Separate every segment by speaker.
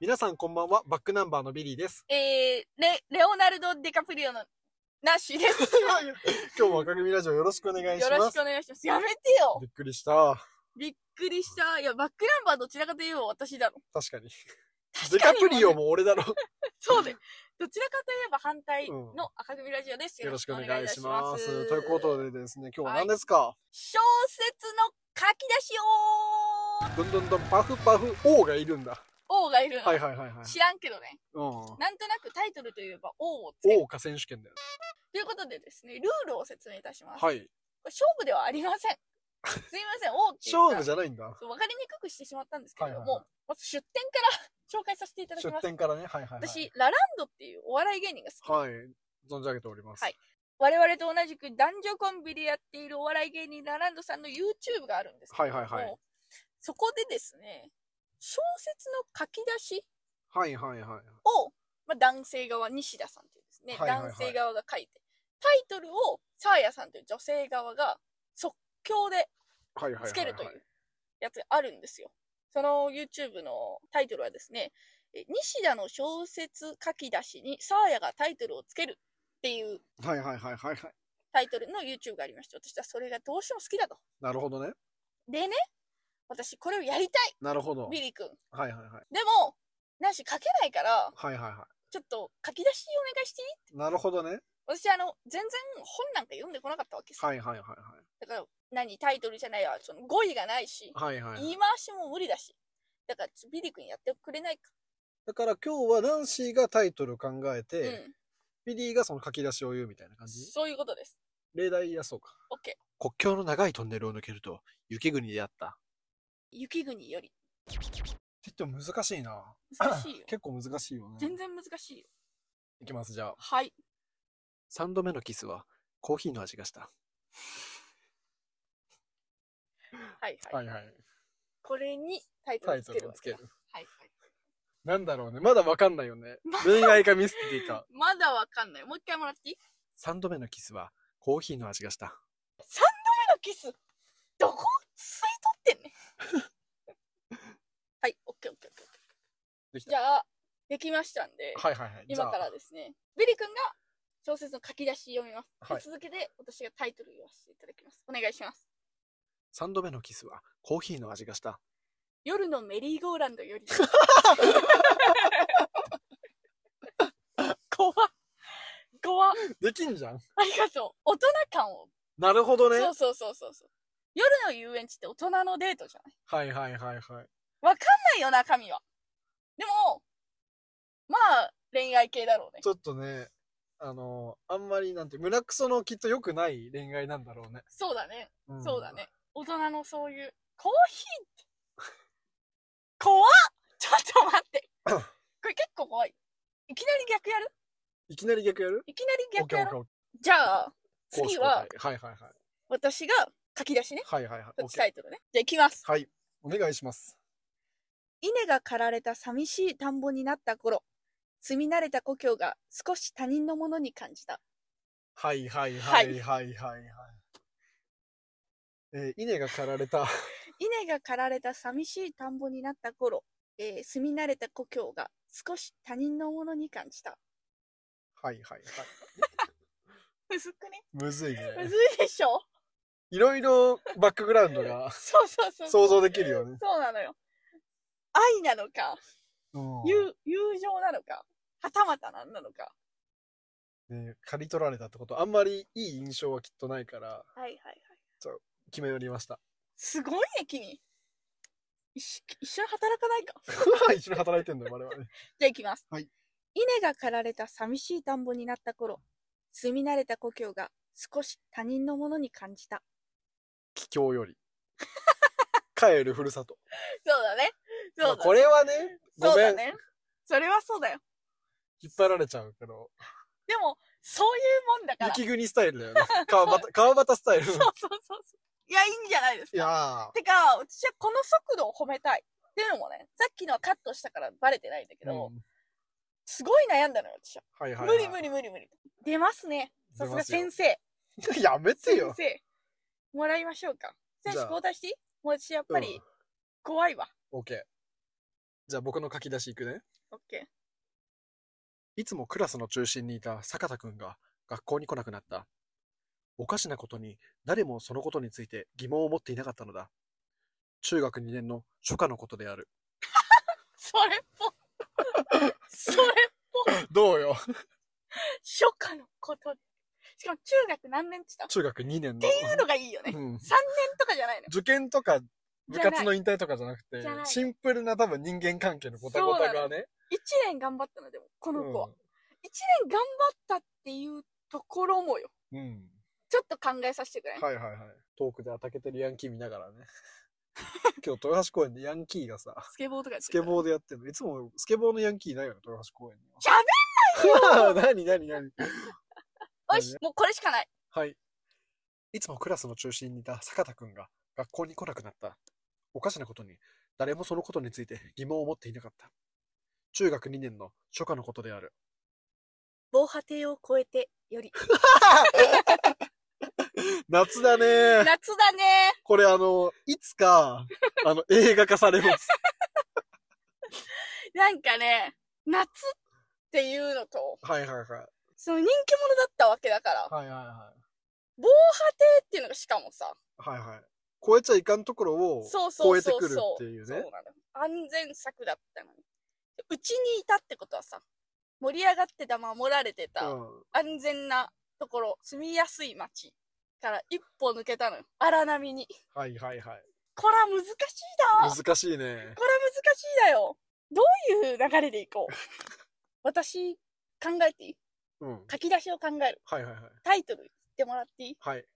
Speaker 1: 皆さんこんばんは、バックナンバーのビリー です。
Speaker 2: えー、レ、レオナルド・ディカプリオの、なしです。
Speaker 1: 今日も赤組ラジオよろしくお願いし
Speaker 2: よ
Speaker 1: ま
Speaker 2: ろし
Speaker 1: す
Speaker 2: く。お願いします。やめてよ
Speaker 1: びっくりした。
Speaker 2: びっくりした。いや、バックナンバーどちらかと言えば私だろ。
Speaker 1: 確かに。デ
Speaker 2: 確か
Speaker 1: カ
Speaker 2: に
Speaker 1: プリオも俺だ ろ。
Speaker 2: そ うで。どちらかといえば反対の赤組ラジオです。
Speaker 1: よろしくお願いします。
Speaker 2: よろ
Speaker 1: とい
Speaker 2: しくお願いうしま
Speaker 1: ことでですね、今日は何ですか、
Speaker 2: 小説の書き出し王
Speaker 1: どんどんどんパフパフ王がいるんだ。
Speaker 2: 王がいるの。
Speaker 1: はいはいはいはい。
Speaker 2: 知らんけどね。
Speaker 1: うん。
Speaker 2: なんとなくタイトルといえば王をつける。
Speaker 1: 王か選手権だよ。
Speaker 2: ということでですね、ルールを説明いたします。
Speaker 1: はい。
Speaker 2: これ勝負ではありません。すいません、王って言った
Speaker 1: 勝負じゃないんだ。
Speaker 2: そう分かりにくくしてしまったんですけれども、
Speaker 1: はいはいはい
Speaker 2: まず出店から 紹介させていただき
Speaker 1: 出
Speaker 2: ます。
Speaker 1: 店からね。はいはい、はい。
Speaker 2: 私、ラランドっていうお笑い芸人が好き。
Speaker 1: はい。存じ上げております。
Speaker 2: はい我々と同じく男女コンビでやっているお笑い芸人ラランドさんの YouTube があるんですけれども、
Speaker 1: はいはいはい
Speaker 2: そこでですね、小説の書き出し
Speaker 1: はいはいはい。
Speaker 2: を、まあ、男性側、西田さんというですね、
Speaker 1: はいはいはい
Speaker 2: 男性側が書いて、タイトルをサーヤさんという女性側が即興で
Speaker 1: はいはいはい、はい。
Speaker 2: つけるというやつがあるんですよ。その YouTube のタイトルはですね、え西田の小説書き出しにサーヤがタイトルをつけるっていう
Speaker 1: はいはいはいはいはい。
Speaker 2: タイトルの YouTube がありまして、私はそれがどうしても好きだと。
Speaker 1: なるほどね。
Speaker 2: でね、私これをやりたい、
Speaker 1: なるほど。はい
Speaker 2: ビリー君。
Speaker 1: はいはい。
Speaker 2: でも、なし書けないから、
Speaker 1: はいはいは
Speaker 2: ちょっと書き出しお願いしていい
Speaker 1: い。なるほどね。
Speaker 2: 私あの、全然本なんか読んでこなかったわけさ。
Speaker 1: はいはいはいはい。
Speaker 2: だから、何、タイトルじゃないわ、その語彙がないし、
Speaker 1: はいはいはい。
Speaker 2: 言い回しも無理だし。だから、ちょビリー君やってくれないか。
Speaker 1: だから今日はナンシーがタイトル考えて、
Speaker 2: うん。
Speaker 1: ビリーがその書き出しを言うみたいな感じ
Speaker 2: そういうことです。
Speaker 1: 例題やそうか。
Speaker 2: OK。
Speaker 1: 国境の長いトンネルを抜けると、雪国であった。っ
Speaker 2: 雪国より。
Speaker 1: て言っても難しいな。
Speaker 2: 難しいよ
Speaker 1: 。結構難しいよね。
Speaker 2: 全然難しいよ。
Speaker 1: いきます、じゃあ。
Speaker 2: はい。
Speaker 1: 3度目のキスは、コーヒーの味がした。
Speaker 2: はいはい。
Speaker 1: はいはい。
Speaker 2: これにタイト
Speaker 1: タ
Speaker 2: ル
Speaker 1: イ
Speaker 2: つ
Speaker 1: ト
Speaker 2: け
Speaker 1: ル
Speaker 2: る
Speaker 1: を
Speaker 2: わ
Speaker 1: つ
Speaker 2: け
Speaker 1: け
Speaker 2: だ
Speaker 1: る。
Speaker 2: はいはい。
Speaker 1: なんだろうね。まだわかんないよね
Speaker 2: ま。
Speaker 1: 恋愛かミステリーか。
Speaker 2: まだわかんない。もう一回もらっていい
Speaker 1: 3度目のキスは、コーヒーの味がした。
Speaker 2: 目のキス。どこ吸い取ってんねん。 はい。オッケーオッケーオッケーオッケー。
Speaker 1: できた
Speaker 2: じゃあ、できましたんで、
Speaker 1: はいはいはい。
Speaker 2: 今から
Speaker 1: じ
Speaker 2: ですね、ビリ君が小説の書き出し読みます。
Speaker 1: はい
Speaker 2: 続けて私がタイトル言わせていただきます。お願いします。
Speaker 1: ゃあ。3度目のキスは、コーヒーの味がした。
Speaker 2: 夜のメリーゴーランドより。怖っ。怖っ。
Speaker 1: できんじゃん。
Speaker 2: ありがとう。大人感を。
Speaker 1: なるほどね。
Speaker 2: そうそうそうそうそう。夜の遊園地って大人のデートじゃない
Speaker 1: はいはいはいはい。
Speaker 2: わかんないよ、中身は。でも、まあ、恋愛系だろうね。
Speaker 1: ちょっとね、あの、あんまりなんて、胸クソのきっと良くない恋愛なんだろうね。
Speaker 2: そうだね。
Speaker 1: ん
Speaker 2: そうだ。ね。大人のそういう、コーヒーって。怖っちょっと待って。これ結構怖い。いきなり逆やる
Speaker 1: いきなり逆やる
Speaker 2: いきなり逆や
Speaker 1: オッケー
Speaker 2: る
Speaker 1: オッケ
Speaker 2: じゃあ、
Speaker 1: ーオッケー
Speaker 2: 次は、
Speaker 1: 攻守交代はい
Speaker 2: 私が書き出しね。
Speaker 1: はいはい。はいはいはい。
Speaker 2: こっ
Speaker 1: オッ
Speaker 2: ち
Speaker 1: ケー
Speaker 2: タイトルね。じゃあ行きます。
Speaker 1: はい。お願いします。
Speaker 2: 稲が刈られた寂しい田んぼになった頃、住み慣れた故郷が少し他人のものに感じた。
Speaker 1: はいはいは
Speaker 2: はい
Speaker 1: いはいはいはい。えー稲が刈られた。
Speaker 2: 稲が刈られた寂しい田んぼになった頃、えー住み慣れた故郷が少し他人のものに感じた。
Speaker 1: はいはいはい。
Speaker 2: 薄くね
Speaker 1: むずいね。
Speaker 2: むずいでしょ
Speaker 1: いろいろバックグラウンドが
Speaker 2: そうそうそう。
Speaker 1: 想像できるよね。
Speaker 2: そうなのよ。愛なのか、
Speaker 1: うん
Speaker 2: 友友情なのか、はたまたなんなのか。
Speaker 1: ね刈り取られたってこと、あんまりいい印象はきっとないから、
Speaker 2: はいはいはい。
Speaker 1: 決めよりました。
Speaker 2: すごいね、君。一緒一緒に働 かないか。
Speaker 1: 一緒に働いてんだよ、我々。
Speaker 2: じゃあ行きます。
Speaker 1: はい
Speaker 2: 稲が刈られた寂しい田んぼになった頃、住み慣れた故郷が少し他人のものに感じた。
Speaker 1: 帰郷より。帰るふるさと。
Speaker 2: そうだね。そうだね。
Speaker 1: まあこれはね、
Speaker 2: そ
Speaker 1: ご
Speaker 2: う
Speaker 1: め
Speaker 2: だ
Speaker 1: ん、
Speaker 2: ね。それはそうだよ。
Speaker 1: 引っ張られちゃうけど、
Speaker 2: でも、そういうもんだから。
Speaker 1: 雪国スタイルだよね。川端、 川端スタイル。
Speaker 2: そう
Speaker 1: い
Speaker 2: そうそうそう。いや、いいんじゃないですか。
Speaker 1: やー。
Speaker 2: てか、私はこの速度を褒めたい。っていうのもね、さっきのはカットしたからバレてないんだけど、
Speaker 1: うん
Speaker 2: すごい悩んだのよ、私は。
Speaker 1: はいはい、
Speaker 2: 無理無
Speaker 1: 理。
Speaker 2: 理無理無理。出ますね。さすが先生。
Speaker 1: 生。やめて
Speaker 2: 先
Speaker 1: よ。
Speaker 2: 生。もらいましょうか。選
Speaker 1: じ
Speaker 2: 手
Speaker 1: ゃあ
Speaker 2: 交代していいもう私やっぱり
Speaker 1: うん
Speaker 2: 怖いわ。
Speaker 1: オッケー。じゃあ僕の書き出しいくね。
Speaker 2: オッケ
Speaker 1: いつもクラスの中心にいた坂田くんが学校に来なくなった。おかしなことに誰もそのことについて疑問を持っていなかったのだ。中学2年の初夏のことであ る。
Speaker 2: ー。それっぽ。それ、
Speaker 1: どうよ
Speaker 2: 初夏のことで。しかも中学何年って言った
Speaker 1: 中学2年の。
Speaker 2: っていうのがいいよね。3年
Speaker 1: うん、
Speaker 2: とかじゃないの。
Speaker 1: 受験とか部活の引退とかじゃなくて
Speaker 2: じゃない
Speaker 1: シンプルな多分人間関係のごたごたがね。
Speaker 2: 1年頑張ったのでも、この子は。
Speaker 1: うん
Speaker 2: 1年頑張ったっていうところもよ。
Speaker 1: うん。
Speaker 2: ちょっと考えさせてくれ。
Speaker 1: はいはいはい。トークであたけてるヤンキー見ながらね。 今日豊橋公園でヤンキーがさ、
Speaker 2: スケボーとかやって
Speaker 1: スケ
Speaker 2: るから
Speaker 1: ボーでやってるの。いつもスケボーのヤンキーいないよね、豊橋公園には。
Speaker 2: 喋
Speaker 1: んないよ 何何何
Speaker 2: よし、もうこれしかない。
Speaker 1: はい。いつもクラスの中心にいた坂田くんが学校に来なくなった。おかしなことに、誰もそのことについて疑問を持っていなかった。中学2年の初夏のことであ る。
Speaker 2: 防波堤を越えてよ り。
Speaker 1: 夏だね
Speaker 2: 夏だね。
Speaker 1: これあの、いつ か、あの、映画化されます。
Speaker 2: なんかね、夏っていうのと、
Speaker 1: はいはいはい。
Speaker 2: その人気者だったわけだから、
Speaker 1: はいはいは
Speaker 2: 防波堤っていうのがしかもさ、
Speaker 1: い。はいはい。超えちゃいかんところを
Speaker 2: そうそ
Speaker 1: 超
Speaker 2: う
Speaker 1: えて
Speaker 2: そう
Speaker 1: くる
Speaker 2: そ
Speaker 1: っ
Speaker 2: う。
Speaker 1: ていう
Speaker 2: そう
Speaker 1: ね。
Speaker 2: なの。安全策だったのに。うちにいたってことはさ、盛り上がってた、守られてた、
Speaker 1: うん
Speaker 2: 安全なところ、住みやすい街から一歩抜けたのよ。荒波に。
Speaker 1: はいはいはい。
Speaker 2: こら難しいだ
Speaker 1: 難しいね。
Speaker 2: これ難しいだよ。どういう流れでいこ う私、考えていい
Speaker 1: うん。
Speaker 2: 書き出しを考える。
Speaker 1: はいはいはい。
Speaker 2: タイトル言ってもらっていい
Speaker 1: はい。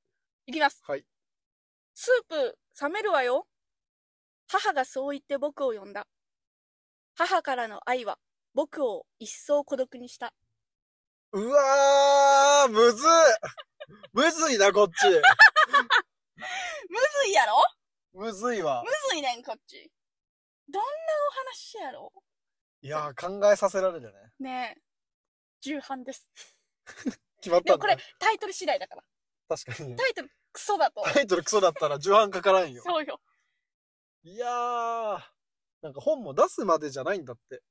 Speaker 2: いきます。
Speaker 1: はい。
Speaker 2: スープ、冷めるわよ。母がそう言って僕を呼んだ。母からの愛は、僕を一層孤独にした。
Speaker 1: うわー、むずっ むずいな、こっち。
Speaker 2: むずいやろ
Speaker 1: むずいわ
Speaker 2: む。ずいねん、こっち。どんなお話やろ
Speaker 1: いやー、考えさせられるね。
Speaker 2: ねえ。重版です。
Speaker 1: 決まった
Speaker 2: でも
Speaker 1: んだ
Speaker 2: これ
Speaker 1: ね。、
Speaker 2: タイトル次第だから。
Speaker 1: 確かに。
Speaker 2: タイトル、クソだと。
Speaker 1: タイトルクソだったら、重版かからんよ。
Speaker 2: そうよ。
Speaker 1: いやー、なんか本も出すまでじゃないんだって。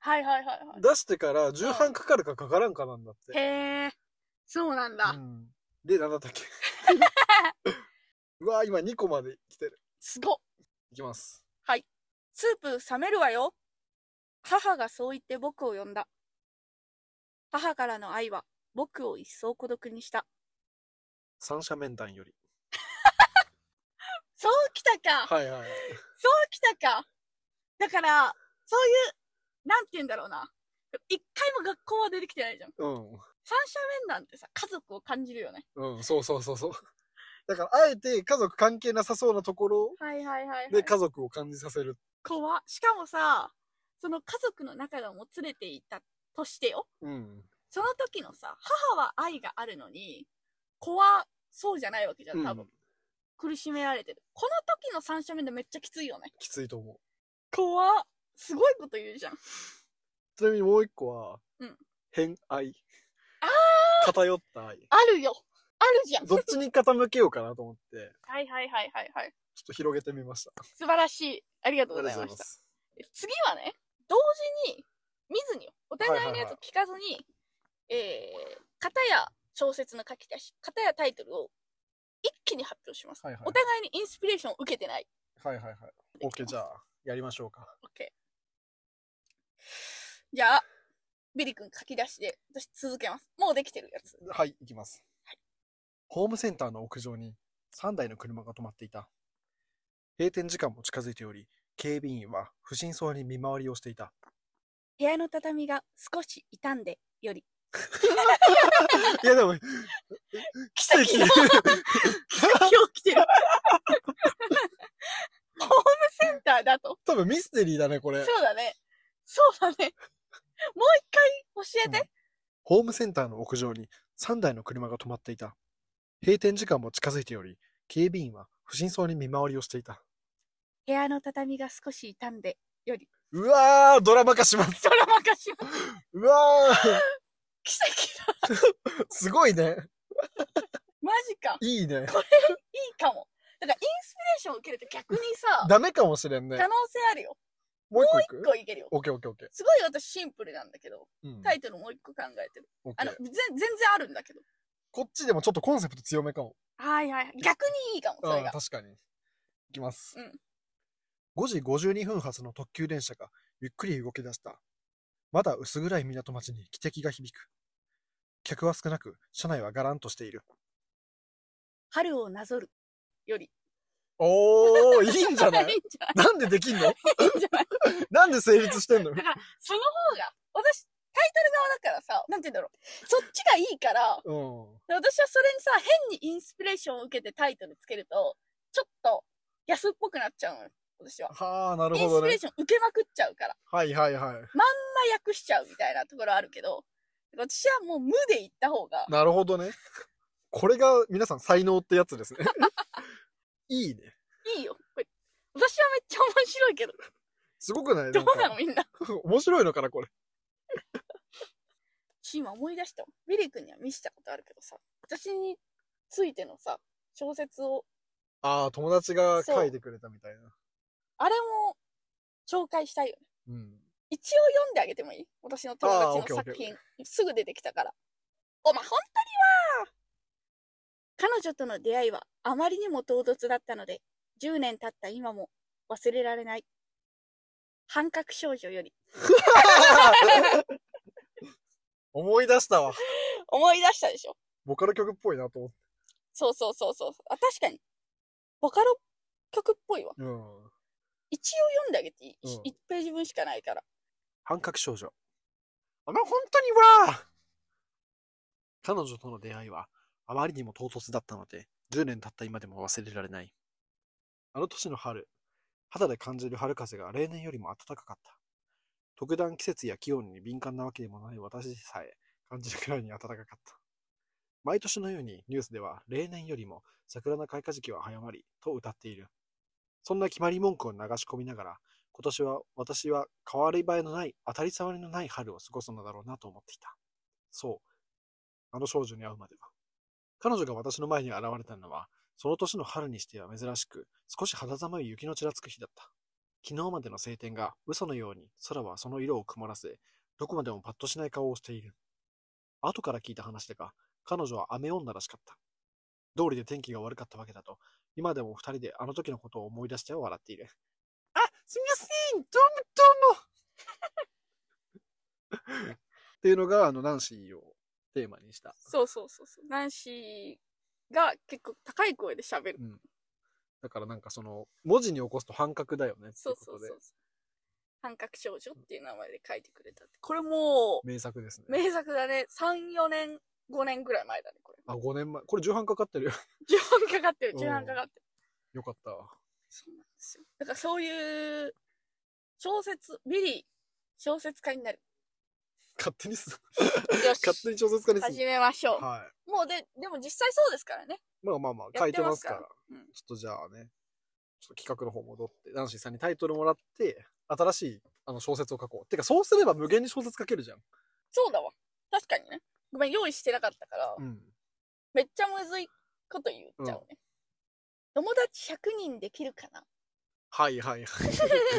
Speaker 2: はいはいはいはい。
Speaker 1: 出してから、重版かかるかかからんかなんだって。
Speaker 2: へえ、そうなんだ。
Speaker 1: うん。で、なんだ ったっけ。うわー、今2個まで来てる。
Speaker 2: すごっ。
Speaker 1: いきます。
Speaker 2: スープ冷めるわよ。母がそう言って僕を呼んだ。母からの愛は僕を一層孤独にした。
Speaker 1: 三者面談より。
Speaker 2: そうきたか。
Speaker 1: はいはい。
Speaker 2: そうきたか。だから、そういう、なんて言うんだろうな。一回も学校は出てきてないじゃん。
Speaker 1: うん。
Speaker 2: 三者面談ってさ、家族を感じるよね。
Speaker 1: うん、そうそうそうそう。だから、あえて家族関係なさそうなところ
Speaker 2: はいはいはい、はい
Speaker 1: で家族を感じさせる。
Speaker 2: 怖しかもさ、その家族の中がもつれていたとしてよ。
Speaker 1: うん。
Speaker 2: その時のさ、母は愛があるのに、子はそうじゃないわけじゃん、多分。
Speaker 1: うん
Speaker 2: 苦しめられてる。この時の三者面でめっちゃきついよね。
Speaker 1: きついと思う。
Speaker 2: 怖っすごいこと言うじゃん。
Speaker 1: ちなみにもう一個は、
Speaker 2: うん
Speaker 1: 偏愛。
Speaker 2: あ
Speaker 1: 偏った愛。
Speaker 2: あるよあるじゃん
Speaker 1: どっちに傾けようかなと思って、
Speaker 2: はいはいはいはいはい。
Speaker 1: ちょっと広げてみました。
Speaker 2: 素晴らしい。ありがとう
Speaker 1: あ
Speaker 2: ご
Speaker 1: りが
Speaker 2: ざい
Speaker 1: とうございま
Speaker 2: ました。
Speaker 1: す。
Speaker 2: 次はね、同時に、見ずによ、お互いのやつを聞かずに、えー、片や小説の書き出し、片やタイトルを一気に発表します。
Speaker 1: はいはい
Speaker 2: お互いにインスピレーションを受けてない。
Speaker 1: はいはいはい。OK、じゃあ、やりましょうか。
Speaker 2: OK。じゃあ、ビリ君書き出しで、私続けます。もうできてるやつ。
Speaker 1: はい、行きます。ホームセンターの屋上に3台の車が止まっていた。閉店時間も近づいており、警備員は不審そうに見回りをしてい た。
Speaker 2: 部屋の畳が少し傷んで、より。
Speaker 1: いやでも、え奇跡
Speaker 2: 奇今日来てる。ホームセンターだと。
Speaker 1: 多分ミステリーだね、こ
Speaker 2: そ
Speaker 1: れ
Speaker 2: う。だね。そうだね。もう一回教えて。
Speaker 1: ホームセンターの屋上に3台の車が止まっていた。閉店時間も近づいており、警備員は不審そうに見回りをしていた。
Speaker 2: 部屋の畳が少し傷んで、より。
Speaker 1: うわー、ドラマ化します。
Speaker 2: そらまかします。
Speaker 1: うわー、
Speaker 2: 奇跡だ。
Speaker 1: すごいね。
Speaker 2: マジか。
Speaker 1: いいね。
Speaker 2: いいかも。だからインスピレーションを受けると逆にさ、
Speaker 1: ダメかもしれんね
Speaker 2: 可。能性あるよ。
Speaker 1: もう一個い
Speaker 2: 一
Speaker 1: く
Speaker 2: 個いけるよ。
Speaker 1: オッケーオッケーオッケー。
Speaker 2: すごい私シンプルなんだけど、
Speaker 1: うん
Speaker 2: タイトルもう一個考えてる。
Speaker 1: オッケ
Speaker 2: あ
Speaker 1: ー
Speaker 2: の、全全然あるんだけど。
Speaker 1: こっちでもちょっとコンセプト強めかも。
Speaker 2: はいはい。逆にいいかも、それ
Speaker 1: あ
Speaker 2: が
Speaker 1: あ。確かに。いきます。
Speaker 2: うん
Speaker 1: 5時52分発の特急電車がゆっくり動き出した。まだ薄暗い港町に汽笛が響く。客は少なく、車内はガランとしている。
Speaker 2: 春をなぞるより。
Speaker 1: おー、いいんじゃ
Speaker 2: いいんじゃ
Speaker 1: な
Speaker 2: ないいいいんじゃ
Speaker 1: なんでできんの
Speaker 2: ない
Speaker 1: なんで成立してんの
Speaker 2: だから、その方が、私、タイトル側だからさ、なんて言うんだろう。そっちがいいから、
Speaker 1: うん。
Speaker 2: 私はそれにさ、変にインスピレーションを受けてタイトルつけると、ちょっと安っぽくなっちゃうのよ、私は。
Speaker 1: はあ、なる
Speaker 2: イン
Speaker 1: ほ
Speaker 2: ス
Speaker 1: ど
Speaker 2: ピレ
Speaker 1: ね
Speaker 2: ー。ション受けまくっちゃうから、
Speaker 1: はいはいはい。
Speaker 2: まあ訳しちゃうみたいなところあるけど、私はもう無で言った方が、
Speaker 1: なるほどね。これが皆さん才能ってやつですね。 いいね。
Speaker 2: いいよ。これ私はめっちゃ面白いけど、
Speaker 1: すごくないな
Speaker 2: ど
Speaker 1: んか
Speaker 2: うなのみんな。
Speaker 1: 面白いのか なこれ。
Speaker 2: 今思い出したわ。ビリー君には見せたことあるけどさ、私についてのさ、小説を、
Speaker 1: ああ、友達が書いてくれたみたいな。
Speaker 2: あれも紹介したいよね。
Speaker 1: うん。
Speaker 2: 一応読んであげてもいい私の友
Speaker 1: あーオッ
Speaker 2: 達
Speaker 1: ケー
Speaker 2: の
Speaker 1: オッケー
Speaker 2: 作品。すぐ出てきたから。お前、本当には彼女との出会いはあまりにも唐突だったので、10年経った今も忘れられない。半角少女より。
Speaker 1: 思い出したわ。
Speaker 2: 思い出したでしょ
Speaker 1: ボカロ曲っぽいなと思って。
Speaker 2: そうそうそうそう。あ、確かに。ボカロ曲っぽいわ。
Speaker 1: うん。
Speaker 2: 一応読んであげていい、
Speaker 1: うん
Speaker 2: 一 ?1 ページ分しかないから。
Speaker 1: 半角少女。あの、本当には彼女との出会いはあまりにも唐突だったので、10年経った今でも忘れられない。あの年の春、肌で感じる春風が例年よりも暖かかった。特段季節や気温に敏感なわけでもない私さえ感じるくらいに暖かかった。毎年のようにニュースでは例年よりも桜の開花時期は早まりと歌っている。そんな決まり文句を流し込みながら、今年は私は変わり映えのない、当たり障りのない春を過ごすのだろうなと思っていた。そう。あの少女に会うまでは。彼女が私の前に現れたのは、その年の春にしては珍しく、少し肌寒い雪のちらつく日だった。昨日までの晴天が嘘のように空はその色を曇らせ、どこまでもパッとしない顔をしている。後から聞いた話だが、彼女は雨女らしかった。道理で天気が悪かったわけだと、今でも二人であの時のことを思い出しては笑っている。あ、すみません、どうもどうも。 っていうのが、あの、ナンシーをテーマにした。
Speaker 2: そうそうそうそう。ナンシーが結構高い声で喋る。
Speaker 1: だからなんかその、文字に起こすと半角だよね。
Speaker 2: そうそう
Speaker 1: って
Speaker 2: そ
Speaker 1: いうこ。
Speaker 2: 半角少女っていう名前で書いてくれたって。これも
Speaker 1: とで。名作です
Speaker 2: う、
Speaker 1: ね。
Speaker 2: 名作だね。3、4年、5年ぐらい前だね、これ。
Speaker 1: あ、5年前。これ重版かかってるよ。
Speaker 2: 重版かかってる、
Speaker 1: うん
Speaker 2: 重版かかってる。
Speaker 1: よかった わ。
Speaker 2: そうなんですよ。だからそういう、小説、ビリー、小説家になる。
Speaker 1: 勝手にす、
Speaker 2: よし。
Speaker 1: 勝手に小説家にす
Speaker 2: 始めましょう。
Speaker 1: は
Speaker 2: もうで、でも実際そうですからね。
Speaker 1: い。まあまあまあ、
Speaker 2: や
Speaker 1: 書
Speaker 2: っ
Speaker 1: い
Speaker 2: て
Speaker 1: てま
Speaker 2: ますす
Speaker 1: か
Speaker 2: から
Speaker 1: ら。
Speaker 2: うん
Speaker 1: ちょっとじゃあね、ちょっと企画の方戻って、ナンシーさんにタイトルもらって、新しいあの小説を書こう。てか、そうすれば無限に小説書けるじゃん。
Speaker 2: そうだわ。確かにね。ごめん、用意してなかったから、
Speaker 1: うん。
Speaker 2: めっちゃむずいこと言っちゃうね。友達100人できるかな
Speaker 1: はいはいはい。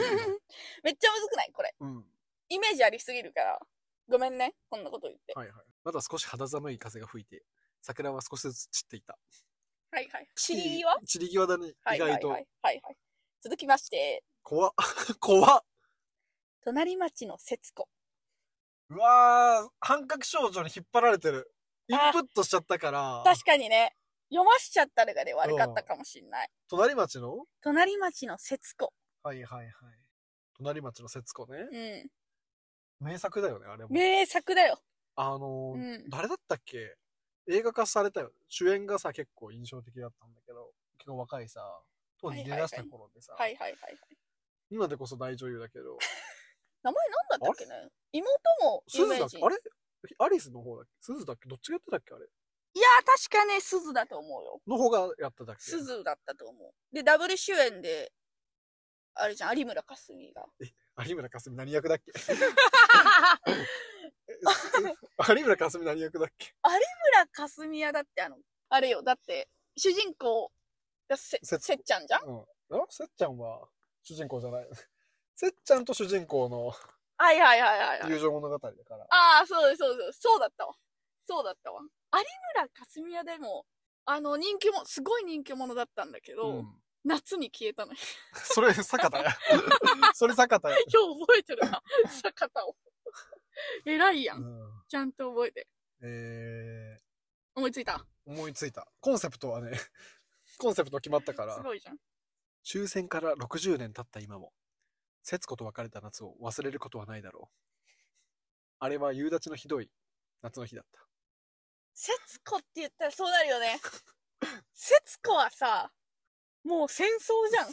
Speaker 2: めっちゃむずくないこれ。
Speaker 1: うん。
Speaker 2: イメージありすぎるから。ごめんね。こんなこと言って。
Speaker 1: はいはい。まだ少し肌寒い風が吹いて、桜は少しずつ散っていた。
Speaker 2: はいはい。知り際
Speaker 1: 散り際だね。
Speaker 2: は
Speaker 1: 意
Speaker 2: いはいは
Speaker 1: 外
Speaker 2: い。は
Speaker 1: と
Speaker 2: い。はい。続きまして、
Speaker 1: 怖っ。 怖っ。
Speaker 2: 隣町の節子。
Speaker 1: うわー、半角少女に引っ張られてる。イン
Speaker 2: あ
Speaker 1: プットしちゃったから、
Speaker 2: 確かにね、読ましちゃったのがね、悪かったかもしんない。
Speaker 1: 隣町の
Speaker 2: 隣町の節子。
Speaker 1: はいはいはい。隣町の節子ね。
Speaker 2: うん。
Speaker 1: 名作だよね、あれも。
Speaker 2: 名作だよ。
Speaker 1: あの
Speaker 2: う
Speaker 1: ー、
Speaker 2: ん。
Speaker 1: 誰だったっけ映画化されたよ。主演がさ、結構印象的だったんだけど、昨日若いさ、当時出だした頃でさ、
Speaker 2: はいはいはいはい。
Speaker 1: 今でこそ大女優だけ ど、
Speaker 2: 名前なんだったっけね妹も
Speaker 1: す
Speaker 2: 有
Speaker 1: ず
Speaker 2: 名
Speaker 1: だ
Speaker 2: 人
Speaker 1: っけあれアリスの方だっけすずだっけどっちがやってたっけあれ
Speaker 2: いやー、確かね、鈴だと思うよ。
Speaker 1: の方がやってたっけ
Speaker 2: 鈴だったと思う。で、ダブル主演で、あれじゃん、有村架 純が。
Speaker 1: 有村架純何役だっ け 有村架純何役だっけ
Speaker 2: 有村架純やだって、あの、あれよ、だって、主人公がせ、
Speaker 1: 節
Speaker 2: せっちゃんじゃん
Speaker 1: うん。あせっちゃんは主人公じゃない。 せっちゃんと主人公の
Speaker 2: はいはいはいはい、はい。
Speaker 1: 友情物語だから。
Speaker 2: ああ、そうです、そうです。そうだったわ。そうだったわ。有村架純屋でも、あの、人気も、すごい人気者だったんだけど、
Speaker 1: うん。
Speaker 2: 夏に消えたの。よ
Speaker 1: それ、坂 田や。それ、坂田や。
Speaker 2: う覚えてるな、 坂田を。偉いや。
Speaker 1: うんん、
Speaker 2: ちゃんと覚えて。
Speaker 1: え
Speaker 2: 思いついた。
Speaker 1: ー、思いついた。コンセプトはね、 コンセプト決まったか
Speaker 2: す
Speaker 1: ら、
Speaker 2: ごいじゃん。
Speaker 1: 終戦から60年経った今も、節子と別れた夏を忘れることはないだろう。あれは夕立のひどい夏の日だった。
Speaker 2: 節子って言ったらそうなるよね。節子はさ、もう戦争じゃん。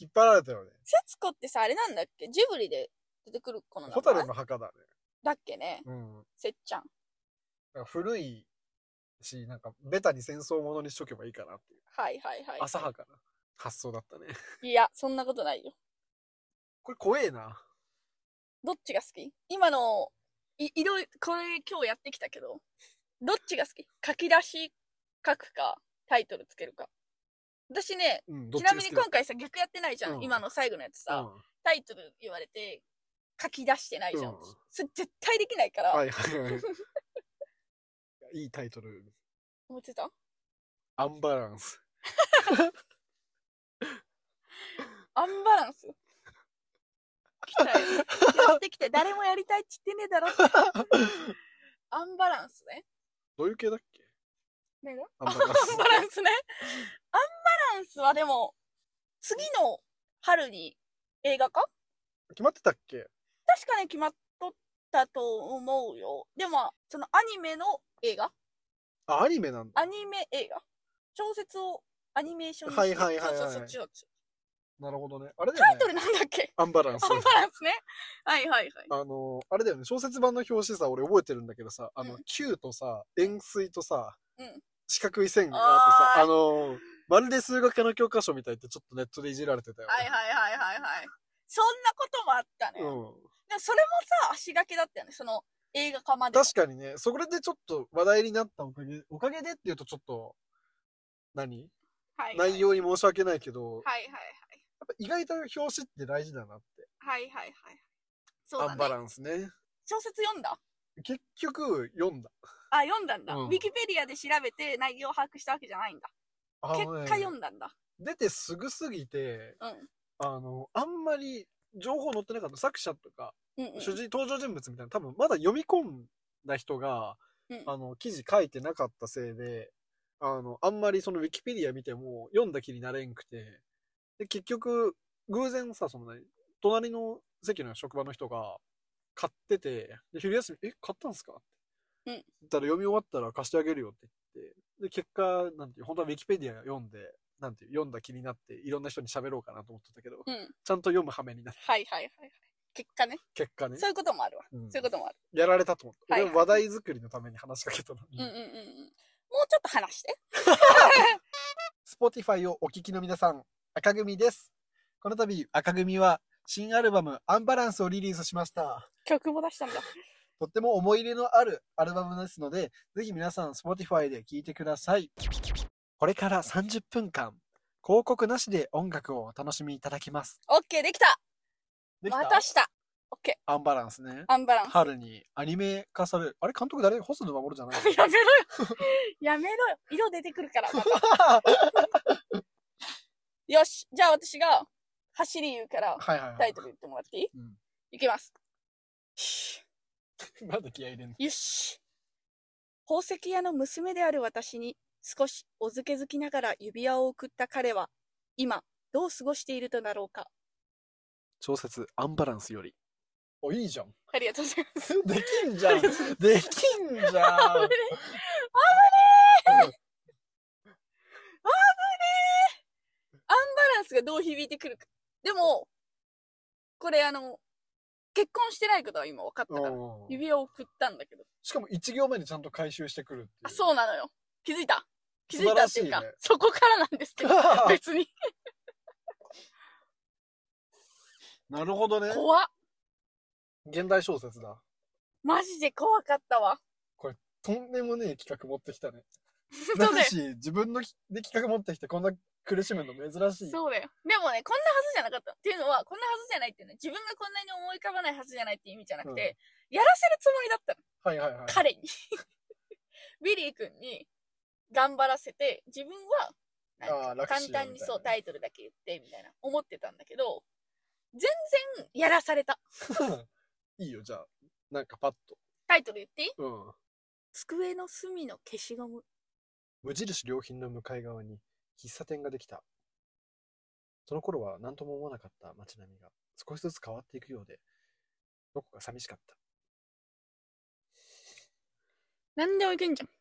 Speaker 1: 引っ張られたよね。
Speaker 2: 節子ってさ、あれなんだっけジブリで出てくる子なの
Speaker 1: ホ
Speaker 2: か
Speaker 1: タ
Speaker 2: な
Speaker 1: ルの墓だね。
Speaker 2: だっけね
Speaker 1: うん。
Speaker 2: せっちゃん。
Speaker 1: なんか古いし、なんかベタに戦争ものにしとけばいいかなっていう。
Speaker 2: はいはいはい。
Speaker 1: 浅はかな発想だったね。
Speaker 2: いや、そんなことないよ。
Speaker 1: これ怖えな。
Speaker 2: どっちが好き今の、い、いろいろ、これ今日やってきたけど、どっちが好き書き出し書くか、タイトルつけるか。私ね、
Speaker 1: うん、どっち
Speaker 2: ちな
Speaker 1: が
Speaker 2: みに
Speaker 1: 好
Speaker 2: 今回さ、逆やってないじゃん。
Speaker 1: うん
Speaker 2: 今の最後のやつ
Speaker 1: きだ
Speaker 2: さ、タイトル言われて、書き出してないじゃん。
Speaker 1: うん
Speaker 2: それ絶対できないから、
Speaker 1: うんはいはいはい。い やいいタイトル。
Speaker 2: 思ってた
Speaker 1: アンバランス。
Speaker 2: アンバランス。来たよ。やってきて、誰もやりたいって言ってねえだろって。アンバランスね。
Speaker 1: どういう系だっけ
Speaker 2: 何が
Speaker 1: アン
Speaker 2: アン
Speaker 1: バラン ス
Speaker 2: バランスね。アンバランスはでも、次の春に映画化
Speaker 1: 決まってたっけ
Speaker 2: 確かね、決まっとったと思うよ。でも、そのアニメの映画
Speaker 1: あ、アニメなんだ。
Speaker 2: アニメ映画小説をアニメーションに
Speaker 1: はいはいはいはい
Speaker 2: そうそう、そっちそっち。
Speaker 1: なるほどね。あれだ
Speaker 2: タ
Speaker 1: よ
Speaker 2: イト
Speaker 1: ね。
Speaker 2: ルなんだっけ
Speaker 1: アンバランス
Speaker 2: ア。ンバランスね。はいはいはい。
Speaker 1: あの、あれだよね。小説版の表紙さ、俺覚えてるんだけどさ、あの
Speaker 2: うん、
Speaker 1: 球とさ、円錐とさ
Speaker 2: うん、
Speaker 1: 四角い線があってさ、
Speaker 2: あー
Speaker 1: あの、まるで数学科の教科書みたいってちょっとネットでいじられてたよね。
Speaker 2: はいはいはいはいはい。そんなこともあったね。
Speaker 1: うん。
Speaker 2: でもそれもさ、足掛けだったよね。その映画化までの。
Speaker 1: 確かにね、それでちょっと話題になったおかげ、おかげでっていうとちょっと、何
Speaker 2: はいはい
Speaker 1: 内容に申し訳ないけど、
Speaker 2: はいはい
Speaker 1: やっぱ意外と表紙って大事だなって。
Speaker 2: はい。はいはいはい。そう
Speaker 1: ア
Speaker 2: だ
Speaker 1: ンバ
Speaker 2: ね。
Speaker 1: ランスね。
Speaker 2: 小説読んだ
Speaker 1: 結局、読んだ。
Speaker 2: あ、読んだんだ。
Speaker 1: うん
Speaker 2: ウィキペディアで調べて内容を把握したわけじゃないんだ。
Speaker 1: あ
Speaker 2: 結
Speaker 1: のね
Speaker 2: 果読んだんだ。
Speaker 1: 出てすぐすぎて、
Speaker 2: うん。
Speaker 1: あの、あんまり情報載ってなかった作者とか、
Speaker 2: うん、うん。
Speaker 1: 主人、登場人物みたいな、多分まだ読み込んだ人が、
Speaker 2: うん
Speaker 1: あの、記事書いてなかったせいで、あの、あんまりそのウィキペディア見ても読んだ気になれんくて、で、結局、偶然さ、そのね、隣の席の職場の人が買ってて、で、昼休み、え、買ったんすかって。
Speaker 2: う
Speaker 1: 言
Speaker 2: ん
Speaker 1: ったら読み終わったら貸してあげるよって言って、で、結果、なんていう、本当はウィキペディア読んで、なんていう、読んだ気になって、いろんな人に喋ろうかなと思ってたけど、
Speaker 2: うん。
Speaker 1: ちゃんと読む羽目になる。
Speaker 2: はいはいはいはい。結果ね。
Speaker 1: 結果ね。
Speaker 2: そういうこともあるわ。
Speaker 1: うん
Speaker 2: そういうこともある。
Speaker 1: やられたと思った。
Speaker 2: はい
Speaker 1: 俺
Speaker 2: はい
Speaker 1: 話題作りのために話しかけたの
Speaker 2: うんうん
Speaker 1: に。
Speaker 2: うんうん。もうちょっと話 して。
Speaker 1: Spotify をお聞きの皆さん、赤組です。この度、赤組は新アルバムアンバランスをリリースしました。
Speaker 2: 曲も出したんだ。
Speaker 1: とっても思い入れのあるアルバムですので、ぜひ皆さん Spotify で聴いてください。これから30分間、広告なしで音楽をお楽しみいただきます。
Speaker 2: オッケーできた
Speaker 1: できた
Speaker 2: またしたオッケ
Speaker 1: アンバランスね。
Speaker 2: ー。アンバランス。
Speaker 1: 春にアニメ化される。あれ監督誰細野守じゃない
Speaker 2: やめろよ。やめろよ。色出てくるから。また
Speaker 1: は
Speaker 2: よし。じゃあ私が、走り言うから、
Speaker 1: いはい
Speaker 2: タ
Speaker 1: は
Speaker 2: イ
Speaker 1: い。
Speaker 2: トル言ってもらっていい、
Speaker 1: うん
Speaker 2: いきます。し
Speaker 1: まだ気合い入れんの
Speaker 2: よし。宝石屋の娘である私に、少しおづけづきながら指輪を送った彼は、今、どう過ごしているのだろうか。
Speaker 1: 小説アンバランスより。お、いいじゃん。
Speaker 2: ありがとうございます。
Speaker 1: できんじ ゃん。できんじゃん。
Speaker 2: アンバランスがどう響いてくるか。でも、これあの、結婚してないことは今分かったから、
Speaker 1: うん
Speaker 2: 指輪を送ったんだけど。
Speaker 1: しかも一行目にちゃんと回収してくるっていう。
Speaker 2: あ、そうなのよ。気づいた気づいたっていう
Speaker 1: 素晴ら
Speaker 2: か、
Speaker 1: しいね
Speaker 2: そこからなんですけど、 別に。
Speaker 1: なるほどね。
Speaker 2: 怖っ
Speaker 1: 現代小説だ。
Speaker 2: マジで怖かったわ。
Speaker 1: とんでもねえ企画持ってきたね。
Speaker 2: そう だ
Speaker 1: な
Speaker 2: よ
Speaker 1: い。し、自分のきで企画持ってきてこんな苦しむの珍しい。
Speaker 2: そうだよ。でもね、こんなはずじゃなかった。っていうのは、こんなはずじゃないっていうのは、自分がこんなに思い浮かばないはずじゃないっていう意味じゃなくて、やらせるつもりだったの。
Speaker 1: はいはいはい。
Speaker 2: 彼に。 ビリー君に頑張らせて、自分は
Speaker 1: ああ、楽
Speaker 2: 簡
Speaker 1: しいよみたいな
Speaker 2: 単にそう、タイトルだけ言って、みたいな、思ってたんだけど、全然やらされた。
Speaker 1: いいよ、じゃあ。なんかパッと。
Speaker 2: タイトル言っていい
Speaker 1: うん。
Speaker 2: 机の隅の消しゴム。
Speaker 1: 無印良品の向かい側に喫茶店ができた。その頃は何とも思わなかった街並みが少しずつ変わっていくようで、どこか寂しかった。
Speaker 2: なんでもいけんじゃん。考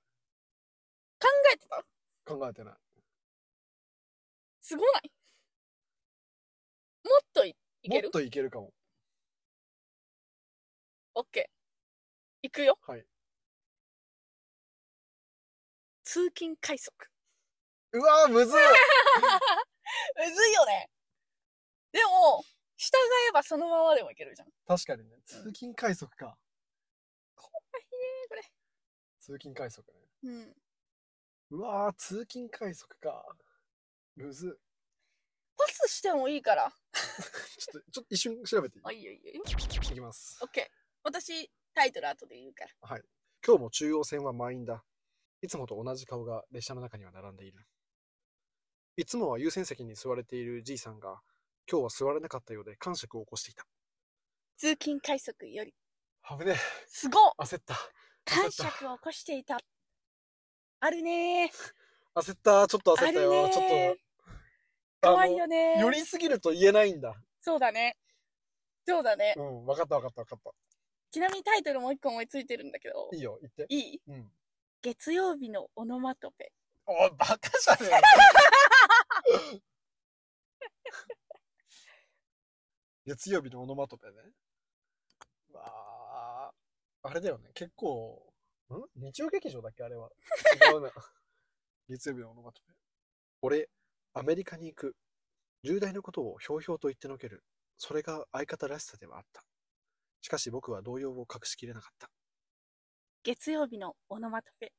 Speaker 2: えてた
Speaker 1: 考えてない。
Speaker 2: すごないもっといい
Speaker 1: も
Speaker 2: け
Speaker 1: っ
Speaker 2: る
Speaker 1: といけるかも。
Speaker 2: オッケー。いくよ。
Speaker 1: はい。
Speaker 2: 通勤快速。
Speaker 1: うわー、む ずい
Speaker 2: むずいよね。でも、従えばそのままでもいけるじゃん。
Speaker 1: 確かにね。通勤快速か。
Speaker 2: 怖いね、
Speaker 1: 通勤快速ね。
Speaker 2: これ。うん。
Speaker 1: うわー、通勤快速か。むずい。
Speaker 2: パスしてもいいから。
Speaker 1: ちょっと、ちょっと一瞬調 べてい
Speaker 2: あ、いいよいいよいいよ。
Speaker 1: いいきます
Speaker 2: オッ。ケー。私、タイトル後で言うから。
Speaker 1: 今日も中央線は満員だ。いつもと同じ顔が列車の中には並んでいる。いつもは優先席に座れているじいさんが、今日は座れなかったようで感触を起こしていた。
Speaker 2: 通勤快速より。
Speaker 1: 危ね
Speaker 2: すごっ
Speaker 1: え。焦った。
Speaker 2: 感触を起こしていた。あるね
Speaker 1: 焦った。ちょっと焦
Speaker 2: ー。あ
Speaker 1: った
Speaker 2: るね
Speaker 1: よ。
Speaker 2: ー。
Speaker 1: ちょっと。
Speaker 2: 怖いよ
Speaker 1: あ
Speaker 2: ねー。
Speaker 1: の寄りすぎると言えないんだ。
Speaker 2: そうだね。そうだね。
Speaker 1: うん。わかったわかったわかっ
Speaker 2: ちなみにタイトルもう一個思いついてるんだけど
Speaker 1: た。。いいよ。言って。
Speaker 2: いい
Speaker 1: うん。
Speaker 2: 月曜日のオノマトペ。
Speaker 1: おい、バカじゃね え月曜日のオノマトペね。うわあ、あれだよね。結構、ん日曜劇場だっけあれは。違 うな。月曜日のオノマトペ。俺、アメリカに行く。重大なことをひょうひょうと言ってのける。それが相方らしさではあった。しかし僕は動揺を隠しきれなかった。
Speaker 2: 月曜日のオノマト ペ。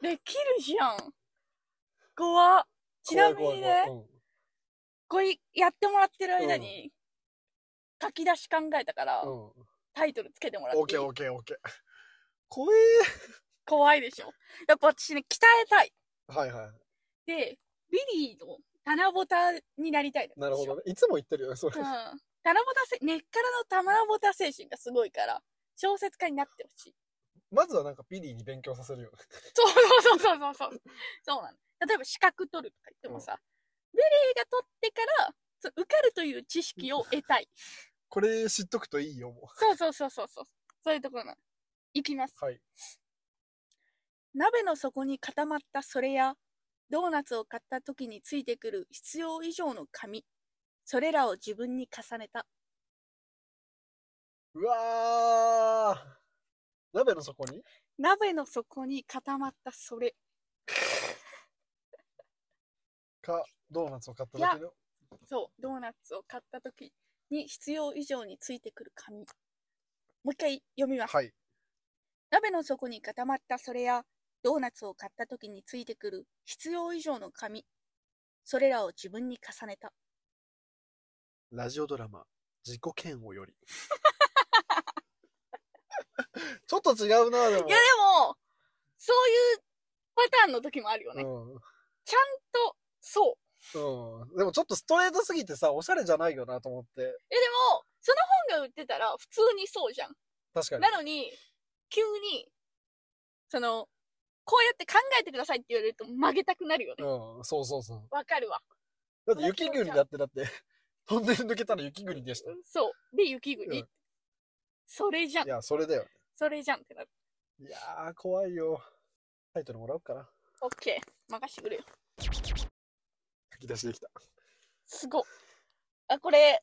Speaker 2: できるじゃん。怖っちなみに
Speaker 1: 怖
Speaker 2: ね、
Speaker 1: い怖い怖い
Speaker 2: これやってもらってる間に、書き出し考えたから、
Speaker 1: うん。うん。
Speaker 2: タイトルつけてもらっ
Speaker 1: オー
Speaker 2: て
Speaker 1: ケ
Speaker 2: い
Speaker 1: ー
Speaker 2: い
Speaker 1: オーケーオーケー。怖
Speaker 2: 怖いでしょ。やっぱ私ね、鍛えたい。
Speaker 1: え。はいはい。
Speaker 2: で、ビリーの棚ぼたになりたいの
Speaker 1: なるほどね。いつも言ってるよね、それ。
Speaker 2: うん。棚ぼたせ、根っからの棚ぼた精神がすごいから、小説家になってほしい。
Speaker 1: まずはなんかビリーに勉強させるよ ね。
Speaker 2: そうそうそうそうそうそう。そうなの。例えば資格取るとか言ってもさ、ベレーが取ってから、そう受かるという知識を得たい。
Speaker 1: これ知っとくといいよ、も
Speaker 2: そうそうそうそうそう。そういうところなの。いきます。
Speaker 1: う。はい。
Speaker 2: 鍋の底に固まったそれや、ドーナツを買った時についてくる必要以上の紙。それらを自分に重ねた。
Speaker 1: うわー鍋の底に
Speaker 2: 鍋の底に固まったそれ。
Speaker 1: か、ドーナツを買っただけの。
Speaker 2: そう、ドーナツを買った時に必要以上についてくる紙。もう一回読みます。
Speaker 1: はい。
Speaker 2: 鍋の底に固まったそれや、ドーナツを買った時についてくる必要以上の紙。それらを自分に重ねた。
Speaker 1: ラジオドラマ、自己嫌悪より。 ちょっと違うな、でも
Speaker 2: いやでも、そういうパターンの時もあるよね。ちゃん。と、そう。
Speaker 1: うん。うん。でもちょっとストレートすぎてさ、おしゃれじゃないよなと思って。
Speaker 2: え、でも、その本が売ってたら普通にそうじゃん。
Speaker 1: 確かに
Speaker 2: な。のに、急に、その、こうやって考えてくださいって言われると曲げたくなるよね。
Speaker 1: うん、そうそうそう。
Speaker 2: わかるわ。
Speaker 1: だって雪国だって、だって、トンネル抜けたら雪国でした。い
Speaker 2: そう。で、雪国。
Speaker 1: うん
Speaker 2: それじゃん。
Speaker 1: や、それだよ。
Speaker 2: それじゃんってなる。
Speaker 1: いやー、怖いよ。タイトルもらおうかな。
Speaker 2: オッケー。任してくれよ。
Speaker 1: 書き出しできた。
Speaker 2: すごっ。あ、これ、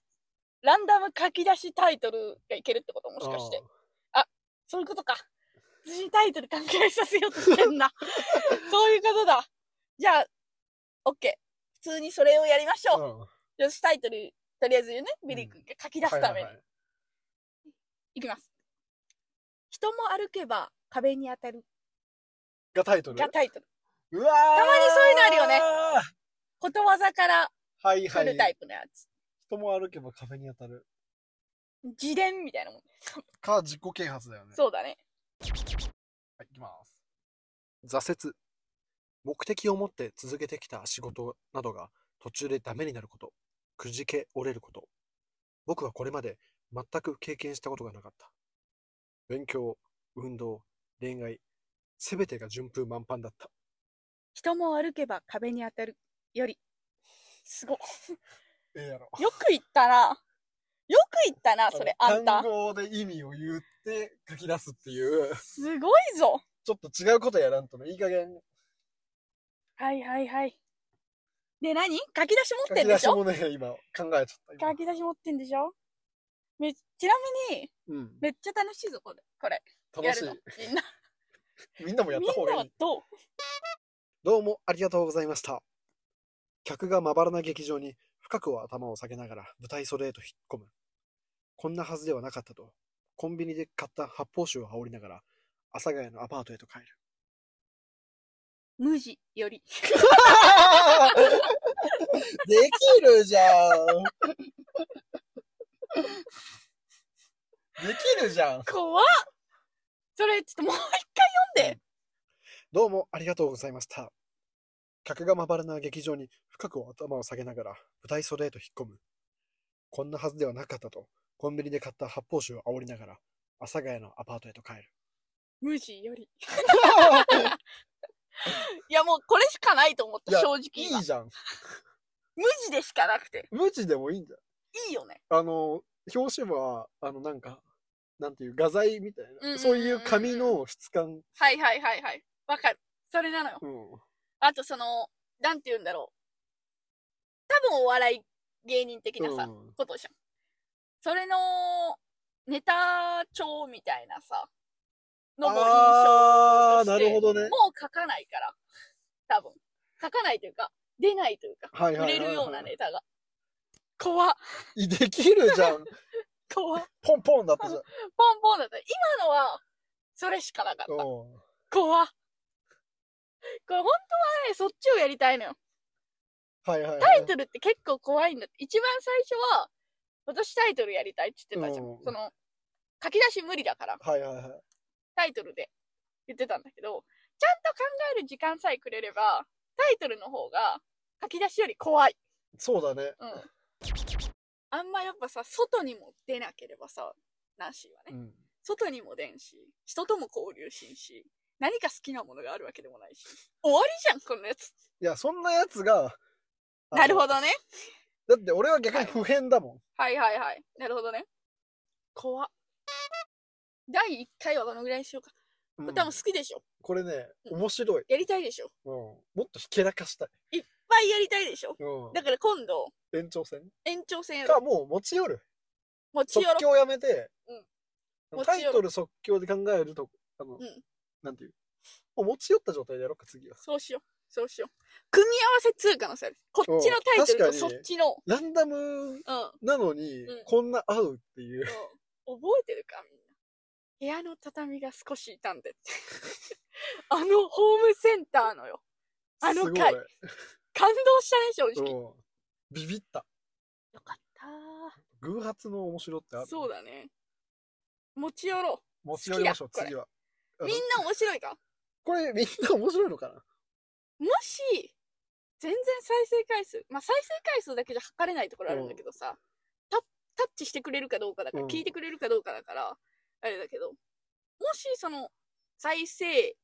Speaker 2: ランダム書き出しタイトルがいけるってこともしかして。そういうことか。私にタイトル関係させようとして んな。そういうことだ。じゃあ、オッケー。普通にそれをやりまし
Speaker 1: あ
Speaker 2: ょ
Speaker 1: ー
Speaker 2: う。
Speaker 1: うん。
Speaker 2: よし、タイトル、とりあえず言うね。ビリー君が書き出すために。
Speaker 1: はい
Speaker 2: いきます。一人も歩けば壁に当たる
Speaker 1: がタイトル。
Speaker 2: がタイトル。
Speaker 1: うわー
Speaker 2: たまにそういうのあるよね。ことわざから
Speaker 1: はいは
Speaker 2: 来るタ
Speaker 1: い。
Speaker 2: イプのやつ。
Speaker 1: 人も歩けば壁に当たる。
Speaker 2: 自伝みたいなもん。
Speaker 1: か、自己啓発だよね。
Speaker 2: そうだね。
Speaker 1: はい、いきます。挫折。目的を持って続けてきた仕事などが途中でダメになること。くじけ折れること。僕はこれまで全く経験したことがなかった。勉強、運動、恋愛、すべてが順風満帆だった。
Speaker 2: 人も歩けば壁に当たるより。すごい。
Speaker 1: ええやろ。
Speaker 2: よく言ったな。よく言ったな、それ、あんた
Speaker 1: 単。語で意味を言って書き出すっていう、
Speaker 2: すごいぞ。
Speaker 1: ちょっと違うことやらんとね、いい加減
Speaker 2: はいはいはい。で、何書き出し持
Speaker 1: 書
Speaker 2: って
Speaker 1: き
Speaker 2: んで
Speaker 1: 出
Speaker 2: し
Speaker 1: し
Speaker 2: ょ
Speaker 1: もね、今考えちゃった。
Speaker 2: 書
Speaker 1: 今
Speaker 2: き出し持ってんでしょめちなみに、
Speaker 1: うん、
Speaker 2: めっちゃ楽しいぞ、これ。これ。
Speaker 1: 楽し
Speaker 2: やるの。みんな、
Speaker 1: い。 みんなもやっ
Speaker 2: み
Speaker 1: た方
Speaker 2: んな
Speaker 1: がい。
Speaker 2: はいどう
Speaker 1: どうもありがとうございました。客がまばらな劇場に深くは頭を下げながら舞台袖へと引っ込む。こんなはずではなかったと、コンビニで買った発泡酒を羽織りながら、阿佐ヶ谷のアパートへと帰る。
Speaker 2: 無地より。
Speaker 1: できるじゃん。できるじゃん。
Speaker 2: 怖っそれ、ちょっともう一回読んで。
Speaker 1: どうもありがとうございました。客がまばらな劇場に深く頭を下げながら舞台袖へと引っ込む。こんなはずではなかったと、コンビニで買った発泡酒を煽りながら、阿佐ヶ谷のアパートへと帰る。
Speaker 2: 無地より。いや、もうこれしかないと思っ
Speaker 1: いや
Speaker 2: た、正直今。
Speaker 1: じゃん。
Speaker 2: 無地でしかなくて。
Speaker 1: 無知でもいいんじゃ
Speaker 2: いいよね。
Speaker 1: ん。あの、表紙は、あの、なんか、なんていう、画材みたい
Speaker 2: うんうんうんう
Speaker 1: な。
Speaker 2: ん
Speaker 1: そういう紙の質感。
Speaker 2: はいはいはいはい。わかる。それなのよ。
Speaker 1: うん。
Speaker 2: あとその、なんて言うんだろう。多分お笑い芸人的なさ、
Speaker 1: うん
Speaker 2: ことじゃん。それの、ネタ帳みたいなさ、のも印象
Speaker 1: あ
Speaker 2: とし
Speaker 1: ーな
Speaker 2: て
Speaker 1: るほどね。
Speaker 2: もう書かないから。多分。書かないというか、出ないというか、
Speaker 1: はい
Speaker 2: 売
Speaker 1: はいはい、
Speaker 2: れるようなネタが。怖っ
Speaker 1: い。できるじゃん。
Speaker 2: 怖っ
Speaker 1: ポンポンだったじゃん。
Speaker 2: ポンポンだった。今のは、それしかなかった。
Speaker 1: うん
Speaker 2: 怖っこれ本当はね、そっちをやりたいのよ。
Speaker 1: はいはいはい。
Speaker 2: タイトルって結構怖いんだって。一番最初は、私タイトルやりたいって言ってたじゃん
Speaker 1: うん。
Speaker 2: その、書き出し無理だから、
Speaker 1: はいはいはい。
Speaker 2: タイトルで言ってたんだけど、ちゃんと考える時間さえくれれば、タイトルの方が書き出しより怖い。
Speaker 1: そうだね。
Speaker 2: うん。あんまやっぱさ、外にも出なければさ、ナンシーはね。
Speaker 1: うん。
Speaker 2: 外にも出んし、人とも交流しんし、何か好きなものがあるわけでもないし。終わりじゃん、このやつ。
Speaker 1: いや、そんなやつが、あの
Speaker 2: なるほどね。
Speaker 1: だって俺は逆に不変だもん。
Speaker 2: はいはいはい。なるほどね。怖っ第1回はこのぐらいにしよう
Speaker 1: う
Speaker 2: か。
Speaker 1: ん
Speaker 2: 多分好きでしょ。
Speaker 1: これね、
Speaker 2: うん
Speaker 1: 面白い。
Speaker 2: やりたいでしょ。いっ
Speaker 1: うん。もっとひけらかしたい。
Speaker 2: ぱいやりたいでしょ。
Speaker 1: う
Speaker 2: だから今度、
Speaker 1: ん。延長戦
Speaker 2: 延長戦やろ
Speaker 1: か、もう持ち寄る。
Speaker 2: う。持ち
Speaker 1: 即
Speaker 2: 寄ろう。
Speaker 1: 興やめて、
Speaker 2: うん
Speaker 1: タイトル即興で考えると、あの、
Speaker 2: ん
Speaker 1: なんていう。もう持ち寄った状態でやろうか、次は。
Speaker 2: そうしよう。そうしよう。組み合わせ通貨のさ、こっちのタイトル
Speaker 1: うん確
Speaker 2: とそ
Speaker 1: かに
Speaker 2: っちの、
Speaker 1: ランダム
Speaker 2: うん。うん
Speaker 1: なのに
Speaker 2: うん、
Speaker 1: こんな合うっていう。
Speaker 2: 覚えてるか、みんな。部屋の畳が少し傷 んで。あのホームセンターのよ。あの
Speaker 1: すごい。
Speaker 2: 回、感動したね、正直。よ
Speaker 1: うん。ビビった。
Speaker 2: かったー。
Speaker 1: 偶発の面白ってある。
Speaker 2: そうだね。持ち寄ろ
Speaker 1: 持ち寄りましょう、
Speaker 2: 好きだ
Speaker 1: 次は。あ
Speaker 2: う。
Speaker 1: の
Speaker 2: みんな面白いか
Speaker 1: これみんな面白いのかな
Speaker 2: もし、全然再生回数、まあ再生回数だけじゃ測れないところあるんだけどさ、タタッチしてくれるかどうかだから、
Speaker 1: うん
Speaker 2: 聞いてくれるかどうかだから、あれだけど、もしその、再生、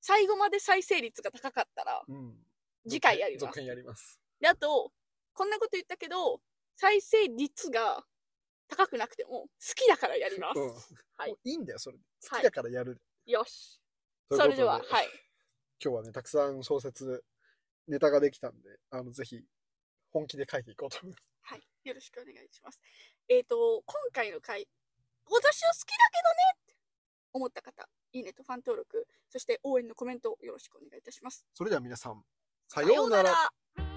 Speaker 2: 最後まで再生率が高かったら、
Speaker 1: うん。
Speaker 2: 次回やります
Speaker 1: 続編やります。
Speaker 2: で、あと、こんなこと言ったけど、再生率が高くなくても、好きだからやります。
Speaker 1: うん
Speaker 2: はい
Speaker 1: もういいんだよ、それ。好
Speaker 2: は
Speaker 1: き
Speaker 2: い
Speaker 1: だ。からやる。
Speaker 2: よし。
Speaker 1: というこ
Speaker 2: そ
Speaker 1: と
Speaker 2: れでは、はい。
Speaker 1: 今日はね、たくさん小説、ネタができたんで、あの、ぜひ、本気で書いていこうと思います。
Speaker 2: はい。よろしくお願いします。えっ、と、今回の回、私は好きだけどねって思った方、いいねとファン登録、そして応援のコメントをよろしくお願いいたします。
Speaker 1: それでは皆さん、さようなら。
Speaker 2: ら。